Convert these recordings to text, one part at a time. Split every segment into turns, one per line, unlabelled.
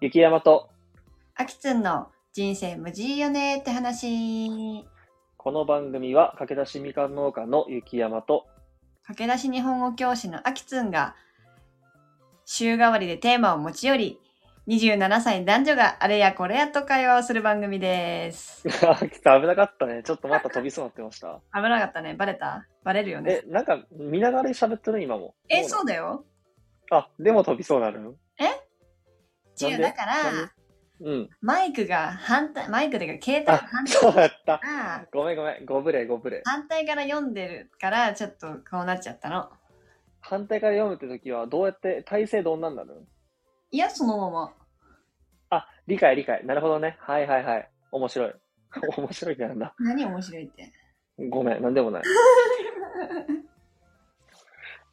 雪山と
あきつんの人生無事よねって話。
この番組は駆け出しみかん農家の雪山と
駆け出し日本語教師のあきつんが週替わりでテーマを持ち寄り、27歳男女があれやこれやと会話をする番組です。
あーちょっと危なかったねちょっとまた飛びそうになってました
危なかったね。バレたバレるよ
え
ね。
なんか見ながら喋ってる今も
え、そうだよ。
あでも飛びそうなるなん
違
で
う、だから、
なんでうん
マイクが反対、マイクでか携帯
あ
反対
そうだった
から、
ごめんごめんご無礼ご無礼
反対から読んでるから、ちょっとこうなっちゃったの。
反対から読むって時はどうやって体勢どんなんなる
いや、そのまま。
あ理解理解なるほどねはいはいはい面白い 面白いってなんだ
何面白いって。
ごめん、なんでもない。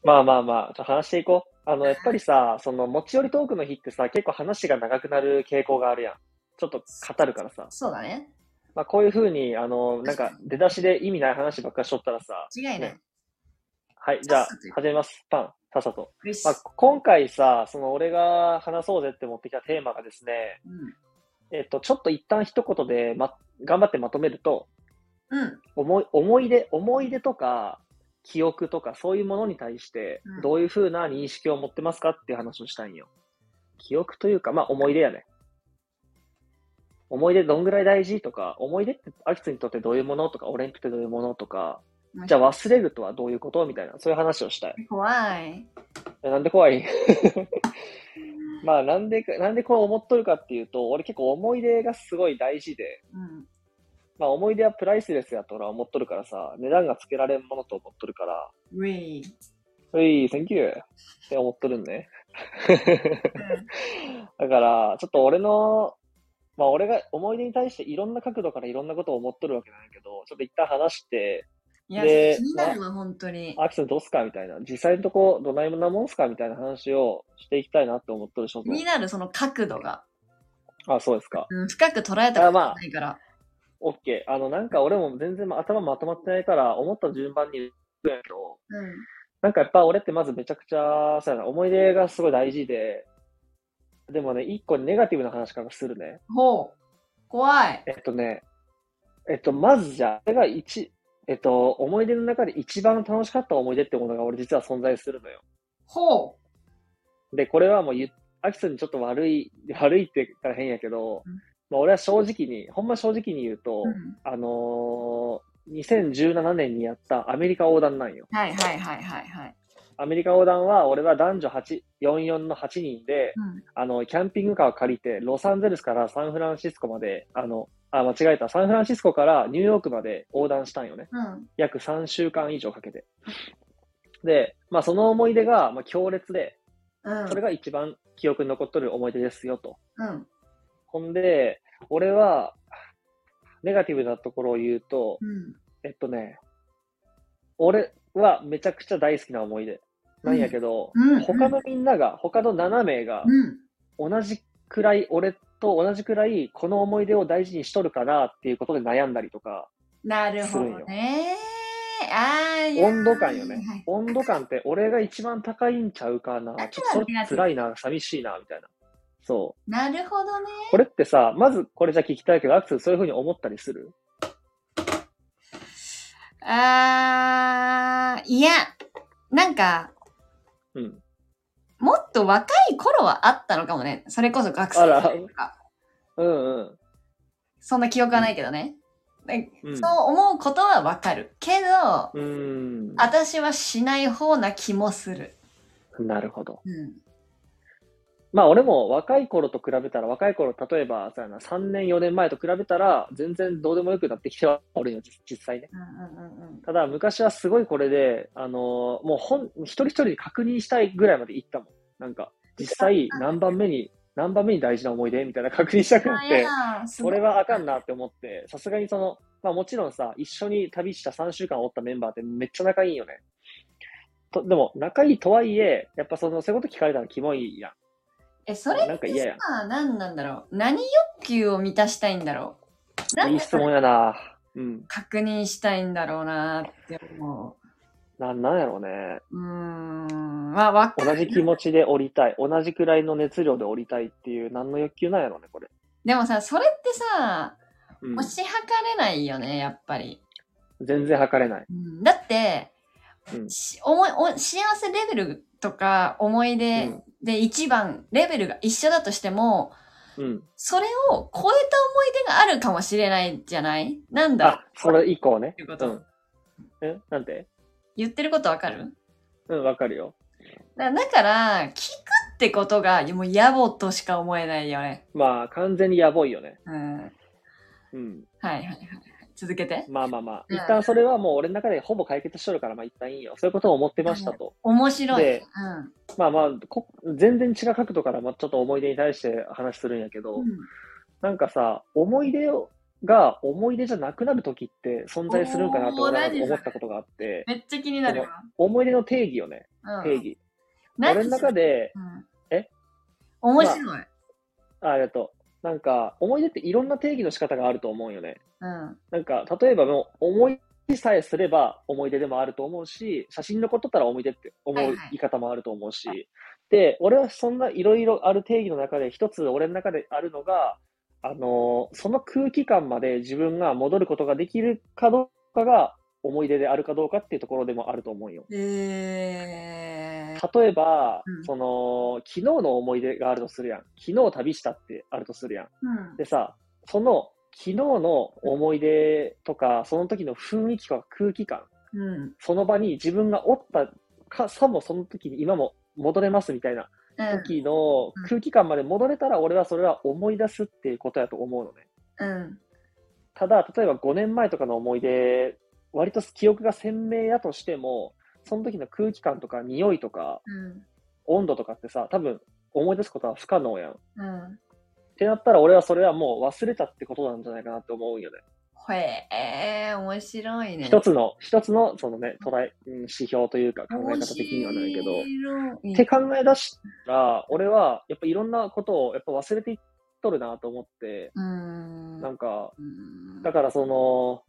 まあまあまあ、ちょっと話していこう。あの、やっぱりさ、その持ち寄りトークの日ってさ、結構話が長くなる傾向があるやん。ちょっと語るからさ。
そうだね。
まあこういう風に、あの、なんか出だしで意味ない話ばっかしとったらさ、
違いない。
ねはい、じゃあ
さっさと行こう
始めます。パン、さっさと。
よし
まあ、今回さ、その俺が話そうぜって持ってきたテーマがですね、
う
えっと、ちょっと一旦一言で、ま、頑張ってまとめると、
ん。うん。
思い思い出思い出とか記憶とかそういうものに対して
うん
どういうふうな認識を持ってますかっていう話をしたいんよ。記憶というか、まあ思い出やね。思い出どんぐらい大事とか、思い出ってアキツにとってどういうものとか、俺にとってどういうものとか、じゃあ忘れるとはどういうことみたいな、そういう話をしたい。
怖い。
えなんで怖い まあなんで、なんでこう思っとるかっていうと、俺結構思い出がすごい大事で、
うん。
まあ思い出はプライスレスやと俺は思っとるからさ、値段がつけられんものと思っとるから、
ウェイ。
うい、センキューって思っとるんね。だから、ちょっと俺の、まあ俺が思い出に対していろんな角度からいろんなことを思っとるわけなんやけど、ちょっと一旦話して、
いや、
で
気になるわ、本当に。
アキさんどうすかみたいな、実際のとこどないなもんすかみたいな話をしていきたいなって思っとる所
気に
存。
なる、その角度が。
あ、そうですか。
うん、深く捉えたこと
あまあ
ないから。
オッケー。あの、なんか俺も全然頭まとまってないから、思った順番に言うんやけど、なんかやっぱ俺ってまずめちゃくちゃ、そうやな、思い出がすごい大事で、でもね、一個ネガティブな話からするね。
うん。ほう。怖い。
えっとね、えっと、まずじゃあ、これが一、えっと、思い出の中で一番楽しかった思い出ってものが俺実は存在するのよ。
ほ
で、これはもう言っ、アキスにちょっと悪い、悪いって言ったら変やけど、
うん
まあ俺は正直に、ほんま正直に言うと、
う。うん。
あのー2017年にやったアメリカ横断なんよ。
はいはいはいはいはい。
アメリカ横断は俺は男女8、44の8人で、
うん。
あの、キャンピングカーを借りて、ロサンゼルスからサンフランシスコまで、あの、あ、間違えた。サンフランシスコからニューヨークまで横断したんよね。
うん。
約3週間以上かけて。で、まあその思い出が、まあ、強烈で、
うん。
それが一番記憶に残っとる思い出ですよと。
うん。
ほんで、俺は、ネガティブなところを言うと、
うん。
えっとね、俺はめちゃくちゃ大好きな思い出なんやけど、
うん。
他のみんなが、他の7名が、
うん。
同じくらい、俺と同じくらい、この思い出を大事にしとるかなっていうことで悩んだりとか、
なるほどね。ああ、いやー
温度感よ
はいは
ね
い。
温度感って俺が一番高いんちゃうかな
だから。
ちょっとそ
気が
れ
する
辛いな、寂しいな、みたいな。そ
なるほどね。
う。これってさ、まずこれじゃ聞きたいけど、アクセルそういうふうに思ったりする
ああ、いや、なんか、
うん。
もっと若い頃はあったのかもね。それこそ学
あ
生
ら
とか。
うんうん。
そんな記憶はないけどね。で
うん
そう思うことはわかる。けど、
うーん。
私はしない方な気もする。
なるほど。
うん。
まあ俺も若い頃と比べたら、若い頃、例えば、そうやな、3年、4年前と比べたら、全然どうでもよくなってきてはおるよ、実実際ね。
うんうんうんうん。
ただ、昔はすごいこれで、あのーもう本、一人一人に確認したいぐらいまで行ったもん。なんか、実際何番目に、何番目に大事な思い出みたいな確認したくなっ
あ
て、
やだすご
こ
い
れはあかんなって思って、さすがにその、まあもちろんさ、一緒に旅した3週間おったメンバーってめっちゃ仲いいよね。と、でも、仲いいとはいえ、やっぱその、そういうこと聞かれたらキモいやん。
え、それ
なん
っ
か
て
嫌や
さ、何なんだろう。何欲求を満たしたいんだろう。なん
いい
で
質問やなうん。
確認したいんだろうなって思う。
なん、なんやろうね。
うーん。まあ、わか
同じ気持ちで降りたい。同じくらいの熱量で降りたいっていう、何の欲求なんやろね、これ。
でもさ、それってさ、
うん
押し量れないよね、やっぱり。
全然測れない。
うんだって、
うん
し思いお幸せレベルとか思い出
うん
で一番、レベルが一緒だとしても、
うん。
それを超えた思い出があるかもしれないじゃないなんだ
あ、それ以降ね。
っていうこと
うん。えなんて
言ってることわかる
うん、わかるよ。
だだから、聞くってことがもう野暮としか思えないよね。
まあ、完全にやばいよね。
うん。はい
うん。
はいはいはい。続けて。
まあまあまあ。
うん
一旦それはもう俺の中でほぼ解決しとるから、まあ一旦いいよ。そういうことを思ってましたと。
面白い。う
で
ん。
まあまあこ、全然違う角度からまあちょっと思い出に対して話するんやけど、
うん
なんかさ、思い出をが思い出じゃなくなる時って存在するんかなと
おー
俺は
何それ
思ったことがあって、
めっちゃ気になるわ。
思い出の定義よね、
うん。
定義。
何
俺の中で、
うん
え
面白い。
あありがとう。なんか、思い出っていろんな定義の仕方があると思うんよね。
うん。
なんか、例えばもう、思い出さえすれば思い出でもあると思うし、写真のことったら思い出って思
はいうはい
言い方もあると思うし、で、俺はそんないろいろある定義の中で、一つ俺の中であるのが、あのーその空気感まで自分が戻ることができるかどうかが思い出であるかどうかっていうところでもあると思うよ。
えー。
例えば、
うん
その、昨日の思い出があるとするやん。昨日旅したってあるとするやん。
うん。
でさ、その昨日の思い出とか、その時の雰囲気とか空気感、
うん。
その場に自分がおったかさもその時に今も戻れますみたいな
うん
時の
うん
空気感まで戻れたら、俺はそれは思い出すっていうことやと思うのね。
うん。
ただ、例えば5年前とかの思い出、割と記憶が鮮明やとしても、その時の空気感とか匂いとか
うん。
温度とかってさ、多分思い出すことは不可能やん。っ
うん。
てなったら、俺はそれはもう忘れたってことなんじゃないかなって思うんよね。
へえー、面白いね。
一つの、一つの、そのね、捉え、うん指標というか考え方的にはないけど、っ
面白
て
い。
考え出したら、俺は、やっぱいろんなことを、やっぱ忘れていっとるなと思って、
うん。
なんか、
うん
だからその、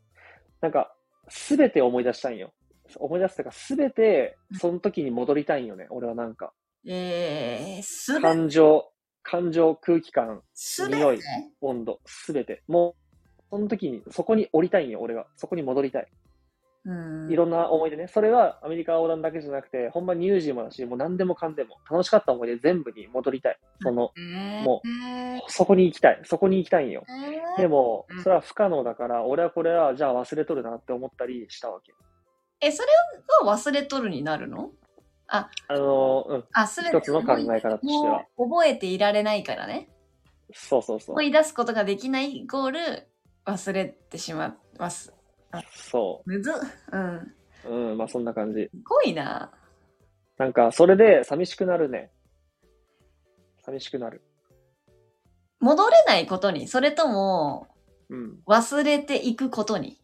なんか、すべて思い出したいんよ。思い出すというか、すべて、その時に戻りたいんよね、俺はなんか。
えー、すべ、
感情、感情、空気感、
すべ
匂
て
い温度、すべて。もう、その時に、そこに降りたいんよ、俺は。そこに戻りたい。
うん
いろんな思い出ね。それはアメリカ横断だけじゃなくて、ほんまニュージーもだし、もう何でもかんでも、楽しかった思い出全部に戻りたい。その、
えー
も
え
そこに行きたい。そこに行きたいんよ。
ー
でも
うん、
それは不可能だから、俺はこれは、じゃあ忘れとるなって思ったりしたわけ。
え、それが忘れとるになるの
あのー、うん。
あ、すべて
一つの考え方としては。
もう覚えていられないからね。
そうそうそう
思。い出すことができないイコール忘れてしまます。
そ
むずっ。うん。
う。うん、まあそんな感じ。
すごいな。
なんか、それで寂しくなるね。寂しくなる。
戻れないことに、それとも
うん。
忘れていくことに。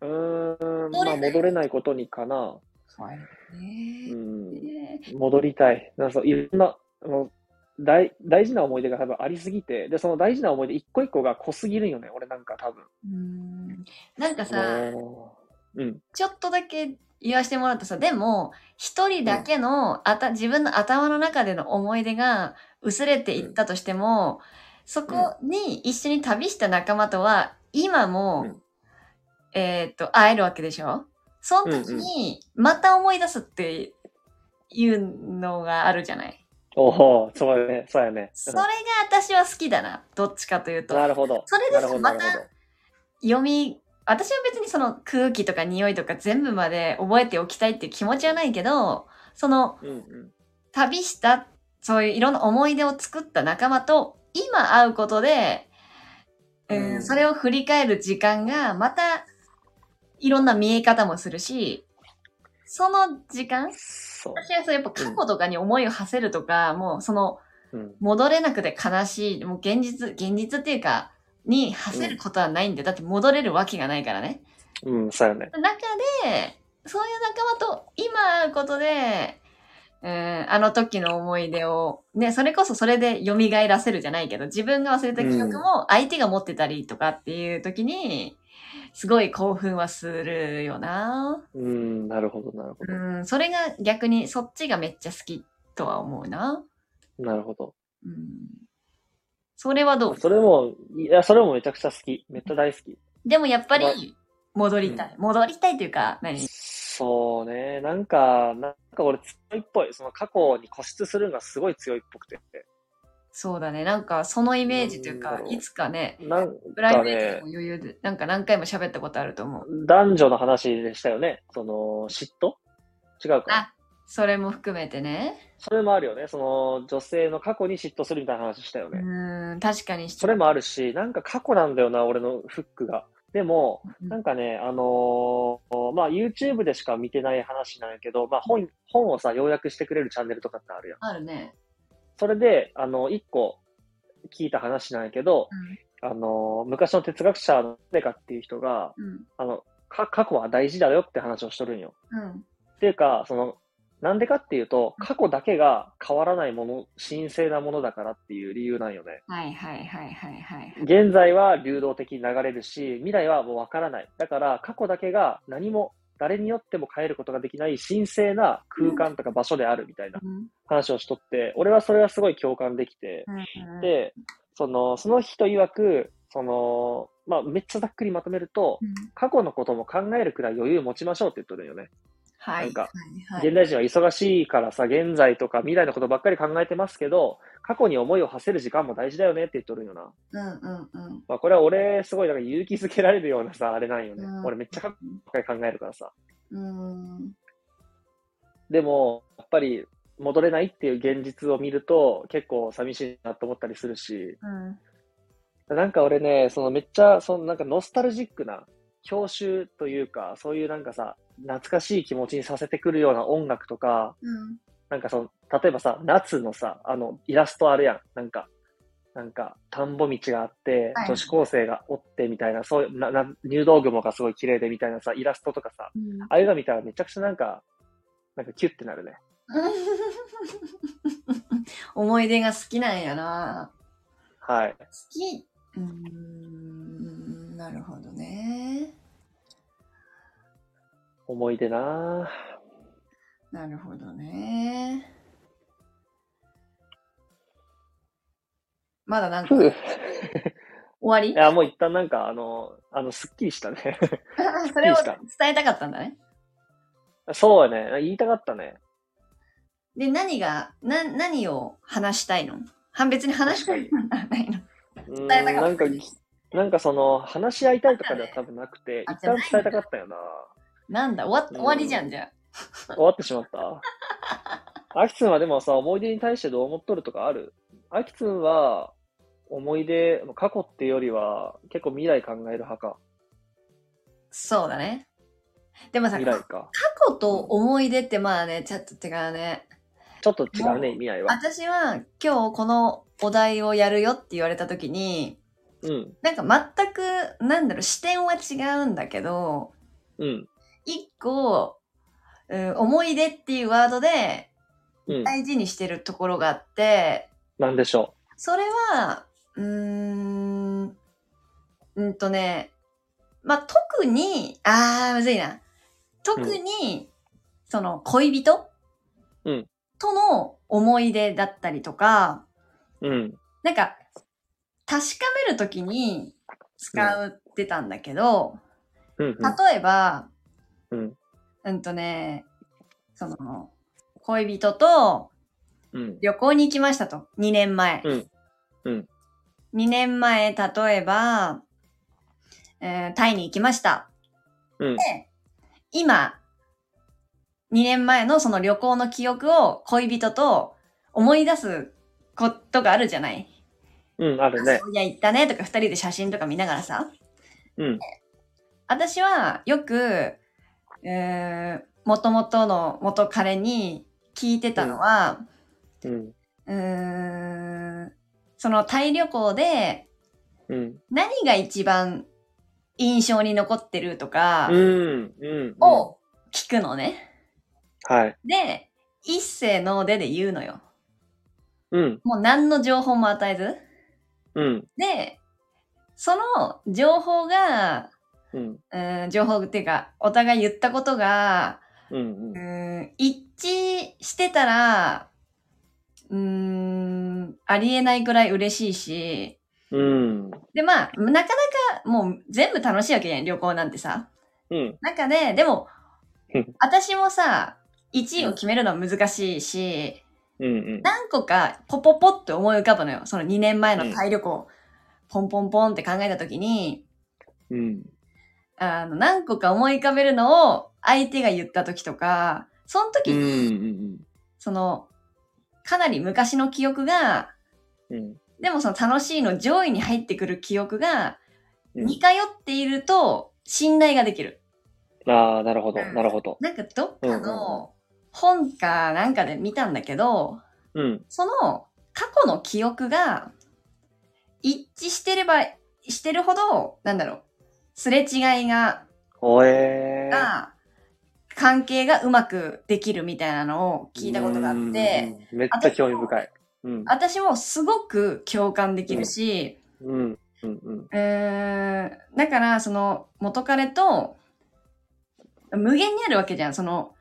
うーん、
戻
ま
れな
あ
い
戻れないことにかな。
はい。
うん。戻りたい。なんかそういろんなあの大大事な思い出が多分ありすぎて、で、その大事な思い出一個一個が濃すぎるんよね、俺なんか多分。
うんなんかさ、
もううん。
ちょっとだけ言わせてもらうとさ、でも、一人だけの、あた、自分の頭の中での思い出が薄れていったとしても、そこに一緒に旅した仲間とは、今も、
うん
えーっと、会えるわけでしょその時に、また思い出すっていうのがあるじゃない。
おお、そうやね、そうやね。
それが私は好きだな。どっちかという
うん
と。
なるほど。
それで
な
す
るほど、
ま
な
た
るほど。
読み私は別にその空気とか匂いとか全部まで覚えておきたいっていう気持ちはないけどその
うんうん。
旅したそういういろんな思い出を作った仲間と今会うことで、えー
うん
それを振り返る時間がまたいろんな見え方もするしその時間
そう。
私はそうやっぱ過去とかに思いを馳せるとか、もうその
うん、
戻れなくて悲しいもう現実現実っていうかに馳せることはないんで、だって戻れるわけがないからね。
うん、そうやね。
中で、そういう仲間と今会うことで、うん、あの時の思い出を、ね、それこそそれで蘇らせるじゃないけど、自分が忘れた記憶も相手が持ってたりとかっていう時に、すごい興奮はするよな。
うん、なるほど、なるほど。
うん、それが逆にそっちがめっちゃ好きとは思うな。
なるほど。
うん。それはどう
それも、いや、それもめちゃくちゃ好き。めっちゃ大好き。
でもやっぱり戻りたい。戻りたいというか、何
そうね、なんか、なんか俺強いっぽい。その過去に固執するのがすごい強いっぽくて。
そうだね。なんかそのイメージという
なんだ、
か
ろう
いつかね、
なん
プライ
か
ベー
ね
ト、も余裕で、なんか何回も喋ったことあると思う。
男女の話でしたよね。その、嫉妬違うかな
あ、それも含めてね。
それもあるよね。その、女性の過去に嫉妬するみたいな話したよね。
うん、確かにし
それもあるし、なんか過去なんだよな、俺のフックが。でも、
うん
なんかね、あのーまあ、YouTube でしか見てない話なんやけど、まあ、本、本をさ、要約してくれるチャンネルとかってあるやん。
あるね。
それで、あの、一個聞いた話なんやけど、あのー昔の哲学者の誰かっていう人が、
うん。うん。
あの、か過去は大事だよって話をしとるんよ。
うん。
っていうか、その、なんでかっていうと、過去だけが変わらないもの、神聖なものだからっていう理由なんよね。
はいはいはいはいはい。
現在は流動的に流れるし、未来はもうわからない。だから過去だけが何も誰によっても変えることができない神聖な空間とか場所であるみたいな
うん
話をしとって、俺はそれはすごい共感できて、
うん
で、その、その人曰く、その、まあ、めっちゃざっくりまとめると、
うん
過去のことも考えるくらい余裕持ちましょうって言っとるんよね。
はい。
なんか
はいはい
現代人は忙しいからさ、現在とか未来のことばっかり考えてますけど、過去に思いを馳せる時間も大事だよねって言っとるんよな。
うんうん
まあ、これは俺、すごいなんか勇気づけられるようなさ、あれなんよね。
うん
俺めっちゃ過去ばっかり考えるからさ。
うん。うん。
でも、やっぱり戻れないっていう現実を見ると、結構寂しいなと思ったりするし、
うん。
なんか俺ね、そのめっちゃ、そのなんかノスタルジックな、郷愁というか、そういうなんかさ、懐かしい気持ちにさせてくるような音楽とか、
うん。
なんかその、例えばさ、夏のさ、あの、イラストあるやん。なんか、なんか、田んぼ道があって
は、い
女子高生がおってみたいな、そういう、な、な、入道雲がすごい綺麗でみたいなさ、イラストとかさ、
うん
ああいうの見たらめちゃくちゃなんか、なんかキュッてなるね。
思い出が好きなんやな。
はい。
好き。うーん。なるほどね。
思い出な
なるほどね。まだなん
ぁ。
か
ふ
終
う。い
わり
や、もう一旦なんか、あの、あの、すっきりしたね。
それ
いい
を
っすか
伝えたかったんだね。
そうやね。言いたかったね。
で、何が、な、何を話したいのは別に話したいのはないの。
うーん、
伝えた
な
かっ
ん
た
か、なんかその、話し合いたいとかでは多分なくて、
あ
一
じゃ
旦
ない
伝えたかったよな
なんだ、終わっ終わりじゃん、じゃ
終わってしまった。アキツンはでもさ、思い出に対してどう思っとるとかあるアキツンは、思い出、過去っていうよりは、結構未来考える派か。
あ。そうだね。でもさ、
未来か。
過去と思い出ってまあね、ちょっと違うね。
ちょっと違うね、未来は。
私は今日このお題をやるよって言われた時に、
うん、
なんか全く、なんだろう、視点は違うんだけど、
うん、
一個、うん、思い出っていうワードで
うん。
大事にしてるところがあって、
なんでしょ
それは、うーん、うんとね、まあ、特に、あー、むずいな。特に、その、恋人、
うん
との思い出だったりとか、
う。うん、
なんか、確かめるときに使ってたんだけど、
うん、
例えば、
うん、
うんとね、その、恋人と
うん、
旅行に行きましたと。2年前。
うんうん
2年前、例えば、えータイに行きました。
うん
で、今、2年前のその旅行の記憶を恋人と思い出すことがあるじゃない。
うん、あるね。
いや、行ったねとか2人で写真とか見ながらさ。
うん、
私はよく、えー、元々の元彼に聞いてたのは、
うん、
うーん、そのタイ旅行で
うん、
何が一番印象に残ってるとか
うん、うん。
を聞くのね。
はい。
で、一世のでで言うのよ。
うん、
もう何の情報も与えず。
うん、
で、その情報が、
うん。
うん、情報っていうか、お互い言ったことが、
うん
う。ん、一致してたら、うん、ありえないくらい嬉しいし、
うん。
で、まあ、なかなかもう全部楽しいわけじゃん、旅行なんてさ。
うん。
中で、でも
うん、
私もさ、1位を決めるのは難しいし、
うん。
何個かポポポって思い浮かぶのよ。その2年前の体力をポンポンポンって考えた時に、
うん。
あの、何個か思い浮かべるのを相手が言った時とか、その時
う
に、
ん。
その、かなり昔の記憶が、
うん。
でもその楽しいの上位に入ってくる記憶が、
うん
似通っていると信頼ができる。
ああ、なるほど、なるほど。
なんかどっか
うんうん
の本かなんかで見たんだけど、
うん。
その過去の記憶が一致してれば、してるほど、なんだろう、すれ違いが、
おえー。
が、関係がうまくできるみたいなのを聞いたことがあって、
うん。めっちゃ興味深い。うん。
私もすごく共感できるし、
うん。うん。うん。
うーん、だからその元彼と無限にあるわけじゃん。その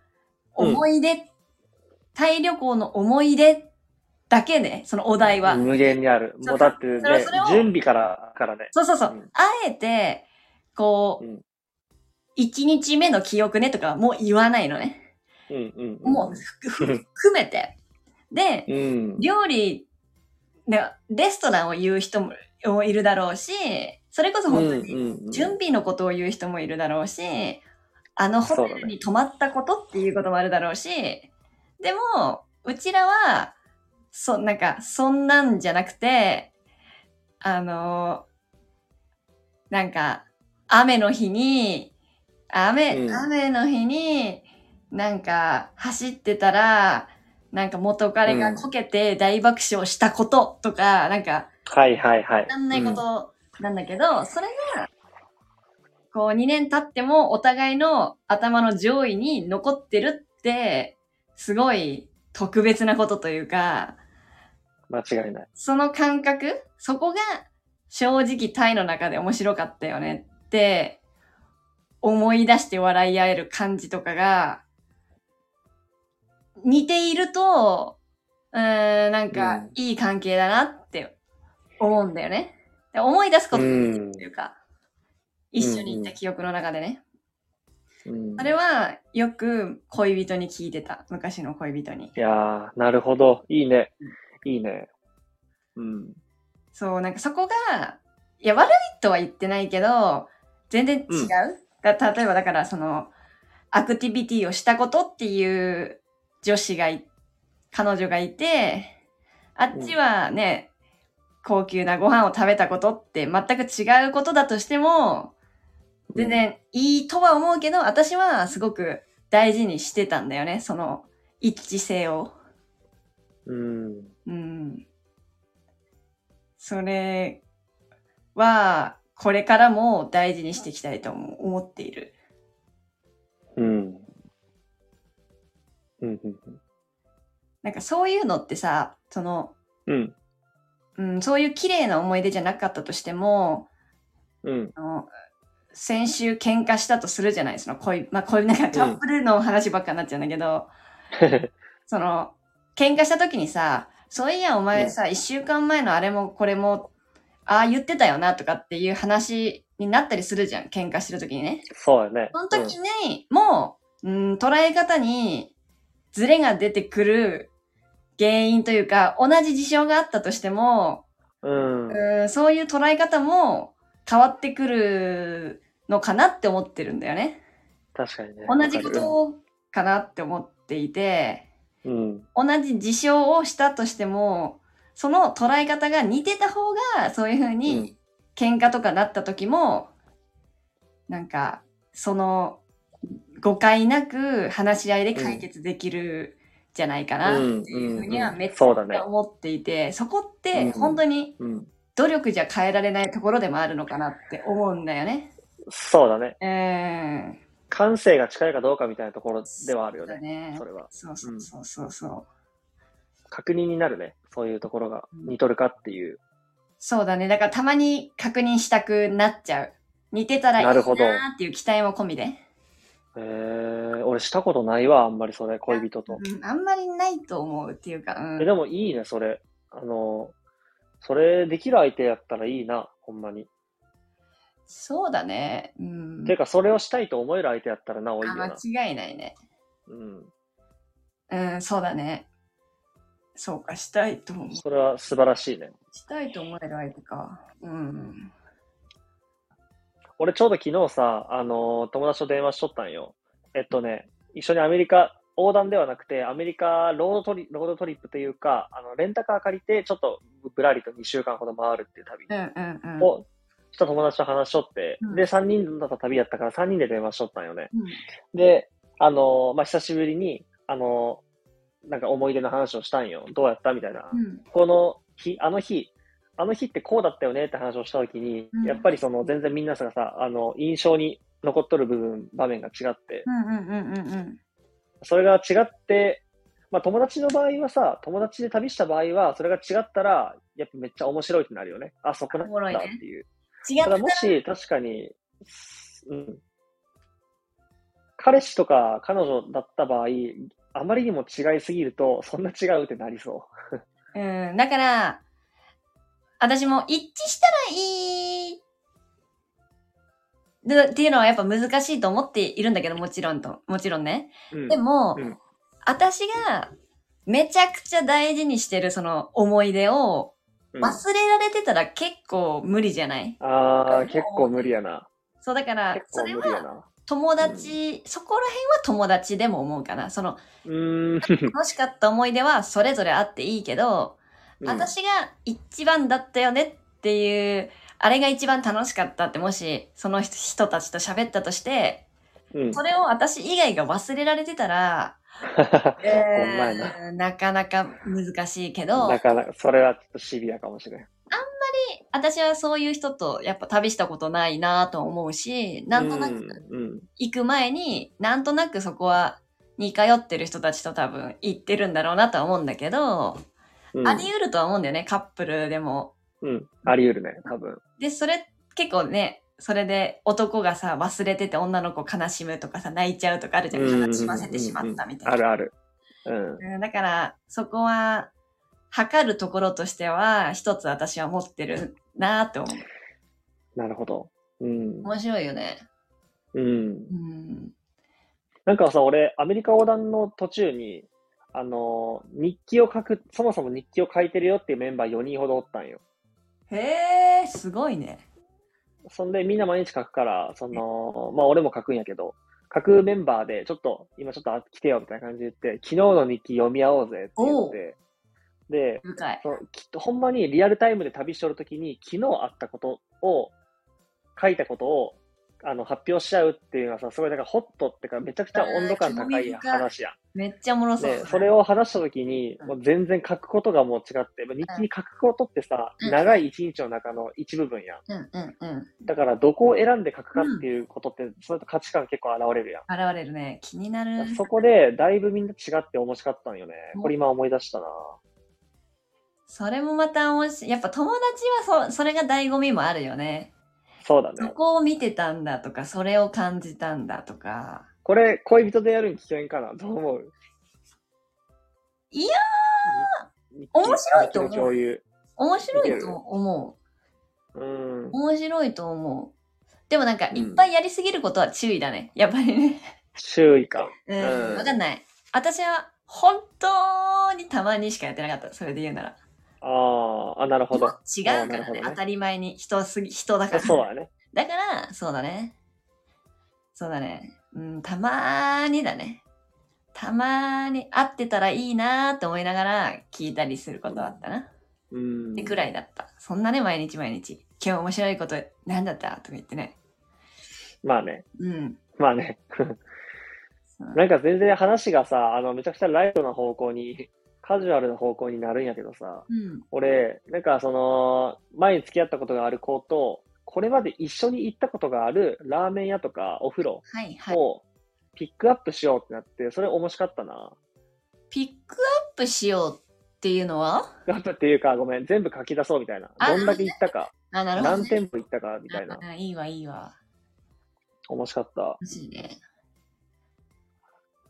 うん
思い出、タイ旅行の思い出だけで、そのお題は。
無限にある。もうだってね
それ、それを
準備から、からね。
そうそうそう。
うん
あえて、こう
うん、
一、日目の記憶ねとかはもう言わないのね。
うんうん。うん
もう、ふふ含めて。で、
うん。
料理ねレストランを言う人ももいるだろうしそれこそ本当に
に
準備のことを言う人もいるだろうし、あのホテルに泊まったことっていうこともあるだろうしでもうちらはそなんかそんなんじゃなくてあのなんか雨の日に雨、
うん
雨の日になんか走ってたらなんか元彼がこけて大爆笑したこととか、なんか
はいはいはい。
なんないことなんだけど、それが、こう2年経ってもお互いの頭の上位に残ってるって、すごい特別なことというか、
うん。間違いない。
その感覚、そこが正直タイの中で面白かったよねって思い出して笑い合える感じとかが似ていると、うーん、なん
う
か
ん
いい関係だなって思うんだよね。で思い出すことができるというか、一緒に行った記憶の中で
う
ね。
ん
あれはよく恋人に聞いてた。昔の恋人に。
いやー、なるほど。いいね。いいね。うん。
そう、なんかそこが、いや、悪いとは言ってないけど、全然違う。
うん
だ例えば、だから、その、アクティビティをしたことっていう女子がい、彼女がいて、あっちはね、高級なご飯を食べたことって全く違うことだとしても、全然いいとは思うけど、私はすごく大事にしてたんだよね、その一致性を。
うん。
うん。それは、これからも大事にしていきたいと思思っている。
うん。うん。うん
なんかそういうのってさ、その、
うん。
うん、そういう綺麗な思い出じゃなかったとしても、
うん。
あの先週喧嘩したとするじゃないその恋、まあ恋、なんかカップルの話ばっかになっちゃうんだけど、その、喧嘩した時にさ、そういやお前さ、一、週間前のあれもこれも、ああ言ってたよなとかっていう話になったりするじゃん、喧嘩してる時にね。
そうやね。
その時に、もう、うん、捉え方にズレが出てくる原因というか、同じ事象があったとしても、
うん。うん。
うん、そういう捉え方も変わってくるのかなって思ってるんだよね。
確かにね。
同じことかなって思っていて、
うん。
同じ事象をしたとしても、その捉え方が似てた方が、そういうふうに、喧嘩とかなった時も、なんか、その、誤解なく話し合いで解決できるじゃないかなっていうふうには
うんうんうん
めっち
そうだね
ゃ思っていて、そこっ
うんう
て
ん
本当に
うん。うん。
努力じゃ変えられないところでもあるのかなって思うんだよね。
そうだね。
うん。
感性が近いかどうかみたいなところではあるよね。
ね
そ。れは。
そうそうそうそうそう。
確認になるね。そういうところが似とるかっていう。
そうだね。だからたまに確認したくなっちゃう。似てたらいいな
なるほど
ーっていう期待も込みで。
えー、俺したことないわ、あんまりそれ、恋人と。
うん、あんまりないと思うっていうか、うん
え、でもいいね、それ。あの、それできる相手やったらいいな、ほんまに。
そうだね。うん。
てか、それをしたいと思える相手やったらな、おいいよ
あ
な。
間違いないね。
うん。
うん、そうだね。そうか、したいと思う。
それは素晴らしいね。
したいと思える相手か。うん。
俺ちょうど昨日さ、あのー友達と電話しとったんよ。えっとね、一緒にアメリカ、横断ではなくて、アメリカロードトリロードトリップというか、あのレンタカー借りて、ちょっとぶらりと2週間ほど回るっていう旅
うんうんうん。
を、した友達と話しとって、
うん
で、3人だった旅やったから3人で電話しとったんよね。
うん
で、あのーまあ、久しぶりに、あのーなんか思い出の話をしたんよ。どうやったみたいな。
うん
この日、あの日、あの日ってこうだったよねって話をしたときに、
うん
やっぱりその全然みんなさがさ、あの、印象に残っとる部分、場面が違って、
うんうんうんうん
それが違って、まあ友達の場合はさ、友達で旅した場合は、それが違ったら、やっぱめっちゃ面白いってなるよね。あ、そこだっ
おもろい
たっ
ね
ていう。
違った
だもし、確かに、うん。彼氏とか彼女だった場合、あまりにも違いすぎると、そんな違うってなりそう。
うん、だから、私も一致したらいいでっていうのはやっぱ難しいと思っているんだけど、もちろんと、もちろんね。
うん
でも、
うん
私がめちゃくちゃ大事にしてるその思い出を
うん
忘れられてたら結構無理じゃない、
ああ、結構無理やな。
そうだから
結、
そ
構
れ
無理や
は
な。
友達、そこら辺は友達でも思うかな。その
うーん。
楽しかった思い出はそれぞれあっていいけど、私が一番だったよねっていう、あれが一番楽しかったってもしその人人たちと喋ったとして、
うん、うん、
それを私以外が忘れられてたら、
ほんまや
えーなかなか難しいけ
な。
ど、
なかなか、それはちょっとシビアかもしれん。
私はそういう人とやっぱ旅したことないなと思うし、なんとな
うん
く、
うん。
行く前に、なんとなくそこは、に通ってる人たちと多分行ってるんだろうなとは思うんだけど、
うん、
あり得るとは思うんだよね、カップルでも
うん。あり得るね、多分。
で、それ結構ね、それで男がさ、忘れてて女の子悲しむとかさ、泣いちゃうとかあるじゃん。
うんうんうんうん
悲しませてしまったみた
あ
いな。
るある。うん。
うんだから、そこは、測るところとしては、一つ私は持ってるなって思う。
なるほど。うん。
面白いよね。
うん。
うん。
なんかさ、俺、アメリカ横断の途中に、あのー日記を書く、そもそも日記を書いてるよっていうメンバー4人ほどおったんよ。
へえ、すごいね。
そんで、みんな毎日書くから、その、まあ、俺も書くんやけど、書くメンバーで、ちょっと、今ちょっとあ来てよみたいな感じで言って、昨日の日記読み合おうぜって言って、で、
深い。
そのきっとほんまにリアルタイムで旅しとるときに、昨日あったことを、書いたことを、あの、発表しちゃうっていうのはさ、すごいなんかホットってか、めちゃくちゃ温度感高い
あー興味深い
話や。
めっちゃおもろそう。
で、それを話したときに、
うん
もう全然書くことがもう違って、日記に書くことってさ、
うん
長い一日の中の一部分やん。
うんうんうん。
だから、どこを選んで書くかっていうことって、それと価値観結構現れるやん。
現れるね。気になる。
そこで、だいぶみんな違って面白かったんよね。これ今思い出したな。
それもまた面白い。やっぱ友達はそ、それが醍醐味もあるよね。
そうだ
そ
ね。
こを見てたんだとか、それを感じたんだとか。
これ、恋人でやるに危険かなどう思う
いや
日記
面白いと思う
日記の共有。
面白いと思
うん
う。。面白いと思う。でもなんか、
うん
いっぱいやりすぎることは注意だね。やっぱりね。
注意か。
うん。
うん
わかんない。私は、本当にたまにしかやってなかった。それで言うなら。
あーあ、なるほど。
違うから
なるほ
ね。
どね
当たり前に。人すぎ、人だから。
そうだね。
だから、そうだね。そうだね。うん、たまーにだね。たまーに会ってたらいいなーって思いながら聞いたりすることはあったな。
うん。
ってくらいだった。そんなね、毎日毎日。今日面白いことなんだったとか言ってね。
まあね。
うん。
まあね。なんか全然話がさ、あの、めちゃくちゃライトな方向に、カジュアルな方向になるんやけどさ。
うん。
俺、なんかその、前に付き合ったことがある子と、これまで一緒に行ったことがあるラーメン屋とかお風呂
はいはい。
をピックアップしようってなって、それ面白かったな。
ピックアップしようっていうのは
ピックアップっていうか、ごめん、全部書き出そうみたいな。
あ
どんだけ行ったか、
あ、なるほど、
何
ね。
店舗行ったかみたいな。
あいいわいいわ。
面白かった。
マジで。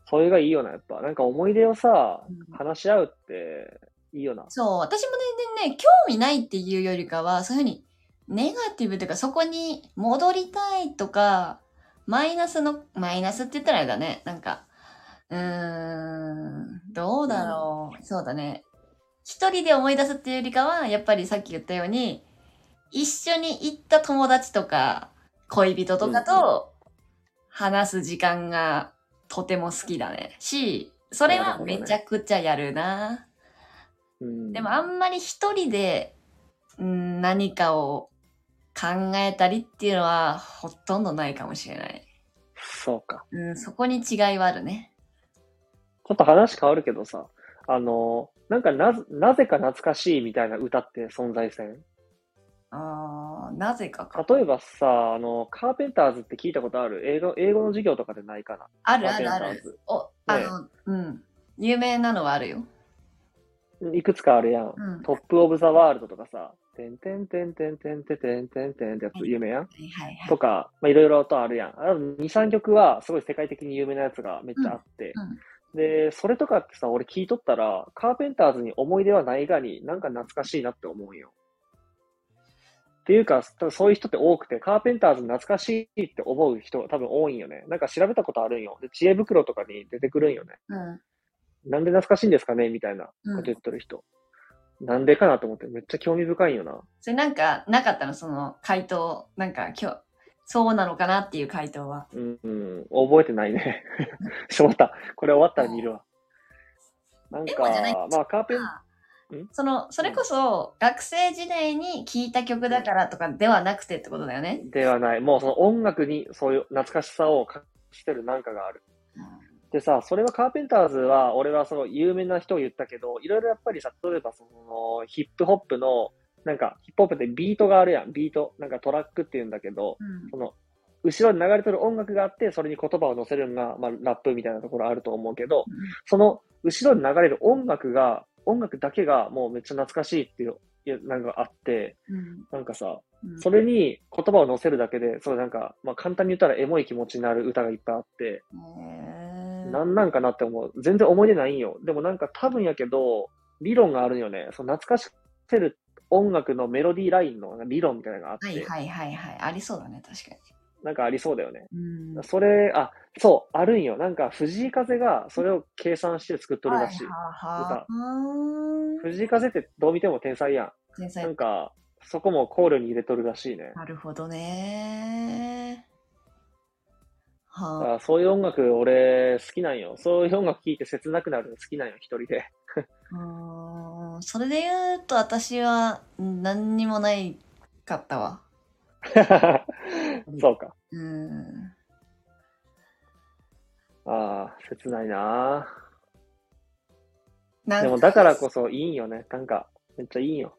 それがいいよな、やっぱ。なんか思い出をさ、
うん
話し合うって、いいよな。
そう、私も全然ね、興味ないっていうよりかは、そういうふうに、ネガティブというか、そこに戻りたいとか、マイナスの、マイナスって言ったらあれだね、なんか、うーん、どうだろう、そうだね。一人で思い出すっていうよりかは、やっぱりさっき言ったように、一緒に行った友達とか、恋人とかと話す時間がとても好きだね。し、それはめちゃくちゃやるな。
うん。
でもあんまり一人でうん何かを考えたりっていうのはほとんどないかもしれない。
そうか。
うん、そこに違いはあるね。
ちょっと話変わるけどさ、あの、なんかなぜ、なぜか懐かしいみたいな歌って存在せん
あーなぜかか。
例えばさ、あの、カーペンターズって聞いたことある英語、英語の授業とかでないかな
あ
カ
る
ー
あ
ペン
る
タ
あ
ー
る。
ズ。
お、あの、うん。有名なのはあるよ。
いくつかあるやん。
うん。は
トップオブザワールドとかさ、てんてんてんてんてんてんてんてんてんってやつ有名やん
いはいはい。
とか、まあ、いろいろとあるやん。あ2、3曲はすごい世界的に有名なやつがめっちゃあって。
うんうん
で、それとかってさ、俺聞いとったら、カーペンターズに思い出はないがに、なんか懐かしいなって思うんよ。っていうか、多分そういう人って多くて、カーペンターズ懐かしいって思う人が多分多いんよね。なんか調べたことあるんよ。で、知恵袋とかに出てくるんよね。
うん。
なんで懐かしいんですかねみたいなこと
うん、
言ってる人。なんでかなと思って、めっちゃ興味深いんよな。
それなんかなかったのその回答。なんか今日、そうなのかなっていう回答は。
うん、うん、覚えてないね。 しまった。これ終わったら見るわ。なん
エモじゃない
か、まあ、カーペン、ん
その、それこそ学生時代に聴いた曲だからとかではなくてってことだよね。
ではない。もうその音楽にそういう懐かしさを隠してるなんかがある。でさ、それはカーペンターズは、俺はその有名な人を言ったけど、いろいろやっぱりさ、例えばそのヒップホップの、なんかヒップホップってビートがあるやん。ビート。なんかトラックって言うんだけど、
うん
その、後ろに流れてる音楽があって、それに言葉を乗せるのが、まあ、ラップみたいなところあると思うけど、その後ろに流れる音楽が、音楽だけがもうめっちゃ懐かしいっていう、いやなんかあって、
うん
なんかさ、
うん
それに言葉を乗せるだけで、そうなんか、まあ簡単に言ったらエモい気持ちになる歌がいっぱいあって、
へー
なんなんかなって思う。全然思い出ないんよ。でもなんか多分やけど、理論があるんよね。その懐かしくせる音楽のメロディーラインの理論みたいなのがあって、
はいはいはいはい。ありそうだね、確か
なんかありそうだよね。
に。うん。
それ、あ、そう、あるんよ。なんか藤井風がそれを計算して作っとるらしい。
はははは
藤井風ってどう見ても天才やん。
天
なん
才。
か、そこも考慮に入れとるらしいね。
なるほどね。
だ
は
からそういう音楽、俺、好きなんよ。そういう音楽聴いて切なくなるの好きなんよ、一人 で。
あ。うーんそれで言うと、私はうん何にもないかったわ。
そうか。
うん。
ああ、切ないな
な
あ。
ん
でも、だからこそいいんよね。なんか、めっちゃいいんよ。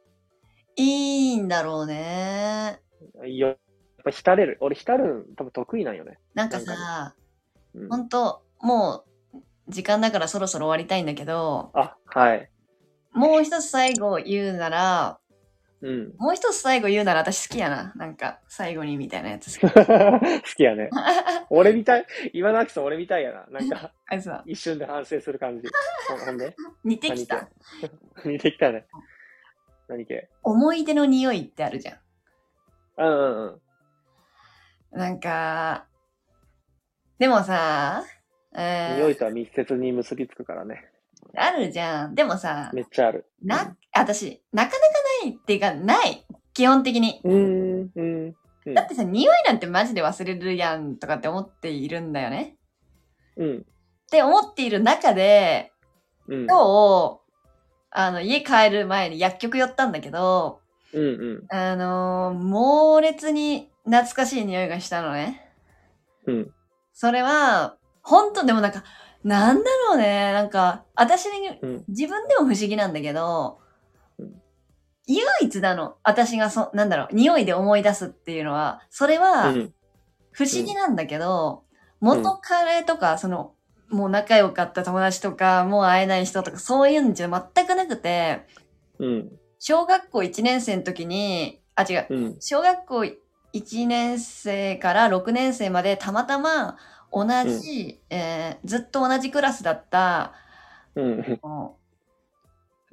いいんだろうね。
いいよ。やっぱ浸れる。俺、浸るん多分得意なんよね。
なんかさ、
うん、
ほんと、もう、時間だからそろそろ終わりたいんだけど、
あ、はい。
もう一つ最後言うなら、
うん。
もう一つ最後言うなら私好きやな。なんか、最後にみたいなやつ好 き。
好きや ね。俺みたい、今のアキさん俺みたいやな。なんか、
あいつは、
一瞬で反省する感じ。ほほんで
似てきた。
何系 似てきたね。何系
思い出の匂いってあるじゃ
うんうんうん。
ん。なんか、でもさ、え
匂い
ー、
とは密接に結びつくからね。
あるじゃん。でもさ、
めっちゃある。
な、私、なかなかないっていうか、ない。基本的に。
うーん、うん。うん
だってさ、匂いなんてマジで忘れるやんとかって思っているんだよね。
うん。
って思っている中で、
うん。
今日、あの、家帰る前に薬局寄ったんだけど、
うんうん。
あのー猛烈に懐かしい匂いがしたのね。
うん。
それは、本当でもなんか、なんだろうね。なんか、私に、
うん
自分でも不思議なんだけど
うん、
唯一なの。私がそ、なんだろう、匂いで思い出すっていうのは、それは、
うん。
不思議なんだけど、元カレとか、その、もう仲良かった友達とか、もう会えない人とか、そういうんじゃ全くなくて、
うん。
小学校1年生の時に、あ、違う、
うん。
小学校1 1年生から6年生までたまたま同じ、えーずっと同じクラスだった
うん。
あの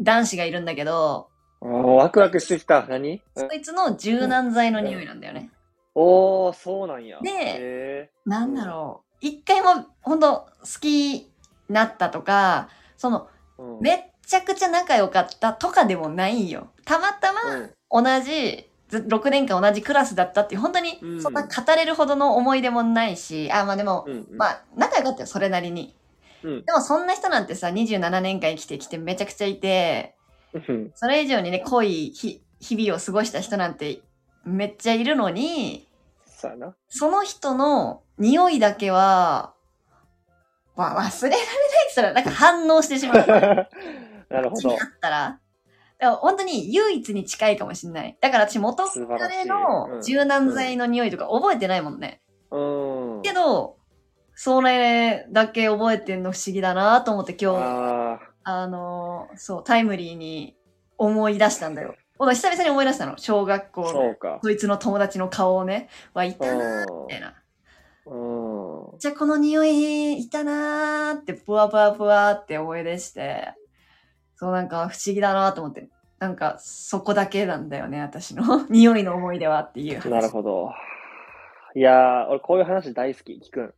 男子がいるんだけど、
あーワクワクしてきた。何うん
そいつの柔軟剤の匂いなんだよね。
おー、そうなんや。
で
へ
なんだろう。一回も本当好きになったとか、その
ーうん
めっちゃくちゃ仲良かったとかでもないんよ。たまたま
うん
同じ、ず6年間同じクラスだったっていう、本当に
うん
そんな語れるほどの思い出もないし、あ、まあでも、
うんうん
まあ仲良かったよ、それなりに。
うん
でもそんな人なんてさ、27年間生きてきてめちゃくちゃいて、
うん
それ以上にね、濃い日日々を過ごした人なんてめっちゃいるのに、
さあな。
その人の匂いだけは、わ忘れられないって言ったら、なんか反応してしまう。
なるほ
気に
ど
な。ったら。だから本当に唯一に近いかもしれない。だから私元
素晴らし
彼
い
の柔軟剤の匂いとか覚えてないもんね。
うん。
けど、それだけ覚えてんの不思議だなと思って今日、
あ
あのー、そう、タイムリーに思い出したんだよ。ほら久々に思い出したの。小学
あ、
校
そ
の
うか。
そいつの友達の顔をね、はいたなーみたいな。
うん。うん
じゃあこの匂いいたなーってぷわぷわぷわって思い出してそうなんか不思議だなと思ってなんかそこだけなんだよね私の 匂いの思い出はっていう話
なるほど。いやー、俺こういう話大好き、聞くん。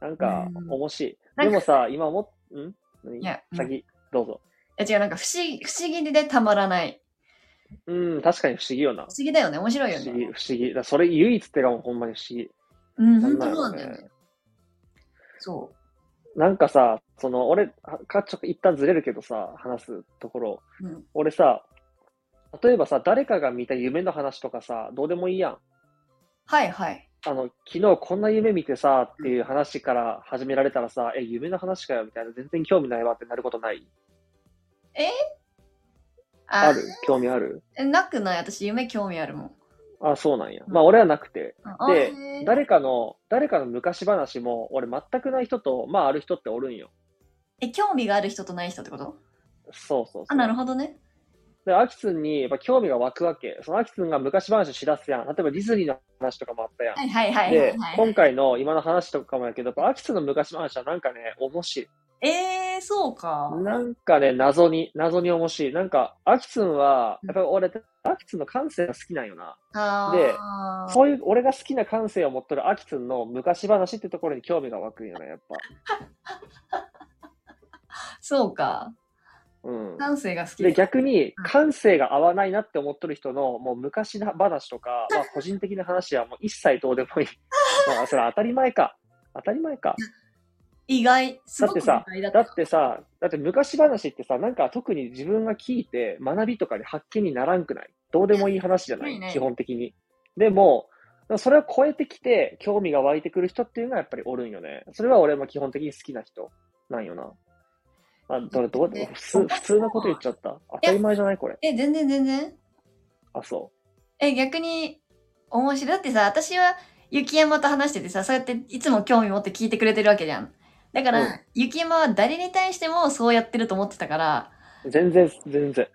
なんか
う、ん
面白い。
なん
で
か
もさ、今も、ん何
いやうん
先、どうぞ。
いや違うなんか不思議不思議でたまらない
うん、確かに不思議よな
不。思議だよね面白い
不
よ
思議、
ね
不思議。だからそれ唯一ってかもうほんまに不思議。
うん
なん
本
だ
当
ろう
そうな
んね
だよねそ
なんかさ、その、俺、か、ちょっと一旦ずれるけどさ、話すところ、
う、うん、
俺さ、例えばさ、誰かが見た夢の話とかさ、どうでもいいやん。
はいはい
あの、昨日こんな夢見てさ、っていう話から始められたらさ、え、夢の話かよ、みたいな、全然興味ないわってなることない
あ
ある興味ある
えなくない私夢興味あるもん
あ、そうなんや。
うん
まあ、俺はなくて。
あ
で
へー、
誰かの、誰かの昔話も、俺全くない人と、まあ、ある人っておるんよ。
え興味がある人とない人ってこと
そうそうそう。
あなるほどね
で、アキツンに、やっぱ興味が湧くわけ。そのアキツンが昔話を知らすやん。例えばディズニーの話とかもあったやん。
はいはいはいはい
で、
はい
今回の今の話とかもやけど、やっぱアキツンの昔話はなんかね、面白い。
えー、そうか
なんかね、謎に、謎に面白い。なんか、アキツンは、やっぱり俺、アキツンの感性が好きなんよな。
あ
で
ー
そういう、俺が好きな感性を持っとるアキツンの昔話ってところに興味が湧くんよね、やっぱ。
そうか。
うん。
感性が好き
で、
で。
逆に
うん、
感性が合わないなって思っとる人の、もう昔の話と か、まあ、個人的な話はもう一切どうでもいい。まあ、それは当たり前か。当たり前か。
意外。すごく
だって
意
さ
外だっ
だ
た。
ってさ、だって昔話ってさ、なんか特に自分が聞いて学びとかで発見にならんくないどうでもいい話じゃない、
ないない
基本的に。でも、それを超えてきて興味が湧いてくる人っていうのはやっぱりおるんよね。それは俺も基本的に好きな人なんよな。あ、どれどう
ね
普通、普通なこと言っちゃった。当たり前じゃないこれ。
え、全然全然。
あ、そ
え、逆に、面白い。だってさ、私は、雪山と話しててさ、そうやっていつも興味持って聞いてくれてるわけじゃん。だから、
うん
雪山は誰に対してもそうやってると思ってたから、
う。全然、全然。
でちな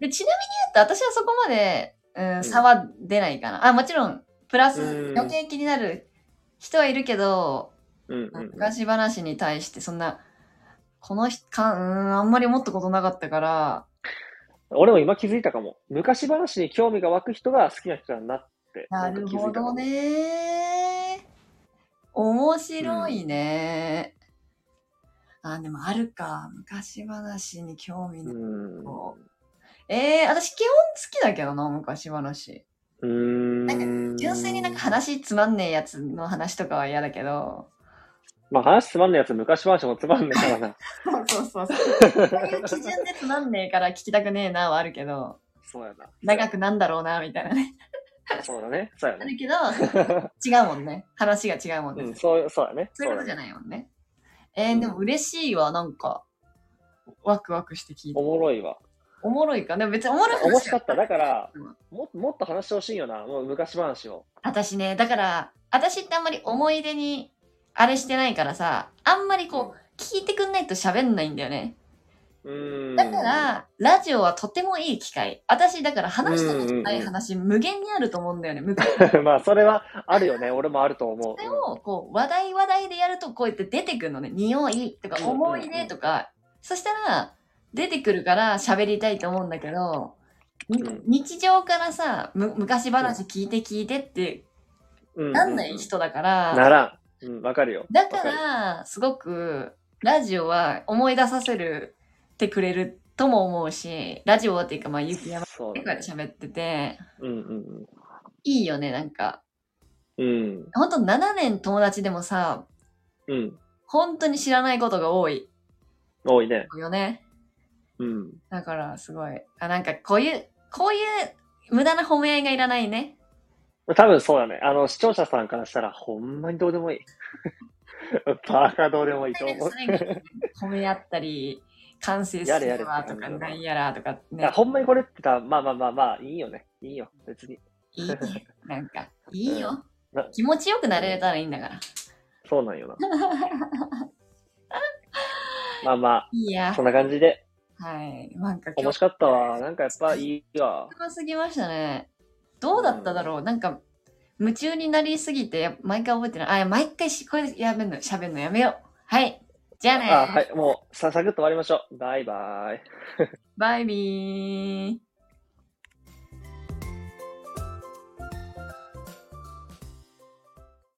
みに言うと、私はそこまで、うん、
ん
差は出ないかな。あ、もちろん、プラス
う、ん
余計気になる人はいるけど、
うん、うん。
昔話に対してそんな、この人か、うーん、あんまり思ったことなかったから、
俺も今気づいたかも。昔話に興味が湧く人が好きな人だなって。
なる
んか気づ
ほ
いたか
ど
も。
ね。面白いね。あ、でもあるか。昔話に興味
う
ない。
ん。
えー、私基本好きだけどな、昔話。
うーん
純粋になんか話つまんねえやつの話とかは嫌だけど。
まあ話つまんないやつ昔話もつまんねえから な。
そうそうそうそう。そういう基準でつまんねえから聞きたくねえなはあるけど、
そうやな。
長くなんだろうな、みたいなね。
そうだね。そうや
あ
ね。
るけど、違うもんね。話が違うもんね。
うん、そう、そうやね。
そういうことじゃ
い。
ないもんね。えー
うん
でも嬉しいわ、なんか。ワクワクして聞い
お
て。
もろいわ。
おもろいか。でも別におもろい話
面白かった。だから
うん、
ももっと話してほしいよな。もう昔話を。
私ね、だから、私ってあんまり思い出に、あれしてないからさ、あんまりこう、聞いてくんないと喋んないんだよね。
うん。
だから、ラジオはとてもいい機会。私、だから話したことない話、無限にあると思う んだよね。無限に。
まあ、それはあるよね。俺もあると思う
そ。れを、こう、話題話題でやると、こうやって出てくるのね。匂いとか、
うん
思い出とか。そしたら、出てくるから喋りたいと思うんだけど、に
うん
日常からさ、む昔話聞いて聞いてって、
うん。
なんない人だから、
ならん。うん、わかるよ。
だか
わる
ら、すごく、ラジオは思い出させるってくれるとも思うし、ラジオっていうか、まあ、ゆきやま
そう
と
だ
か
ね
で喋ってて、
うんうん
いいよね、なんか。
うん。うん。
ほんと7年友達でもさ、
うん。
本当に知らないことが多い
多いね。
よね。
うん。
だから、すごい。あ、なんか、こういう、こういう無駄な褒め合いがいらな いね。
多分そうだね。あの、視聴者さんからしたら、ほんまにどうでもいい。 バカどうでもいいと
なん
思う
かそ。れに褒め合ったり、完成す
やれや
る
れ
わとか、なんやらとか
い
ね
や、。ほんまにこれってたまあまあまあまあ、いいよね。いいよ。別に。
いいね。なんか、いいよ
うんな。
気持ちよくなれたらいいんだから。
そうなんよな。 まあま
いい
あ、
や
そ。んな感じで。
はい。なんか今
面
日、
白かったわ。なんかやっぱいいわ。
高すぎましたね。どうだっただろう、なんか、夢中になりすぎて、や毎回覚えてない。あいや、毎回し、これやめんの、喋んのやめよう。はい。じゃあね
あ、はい。もう、さ、サクッと終わりましょう。バイバイ。
バイビー。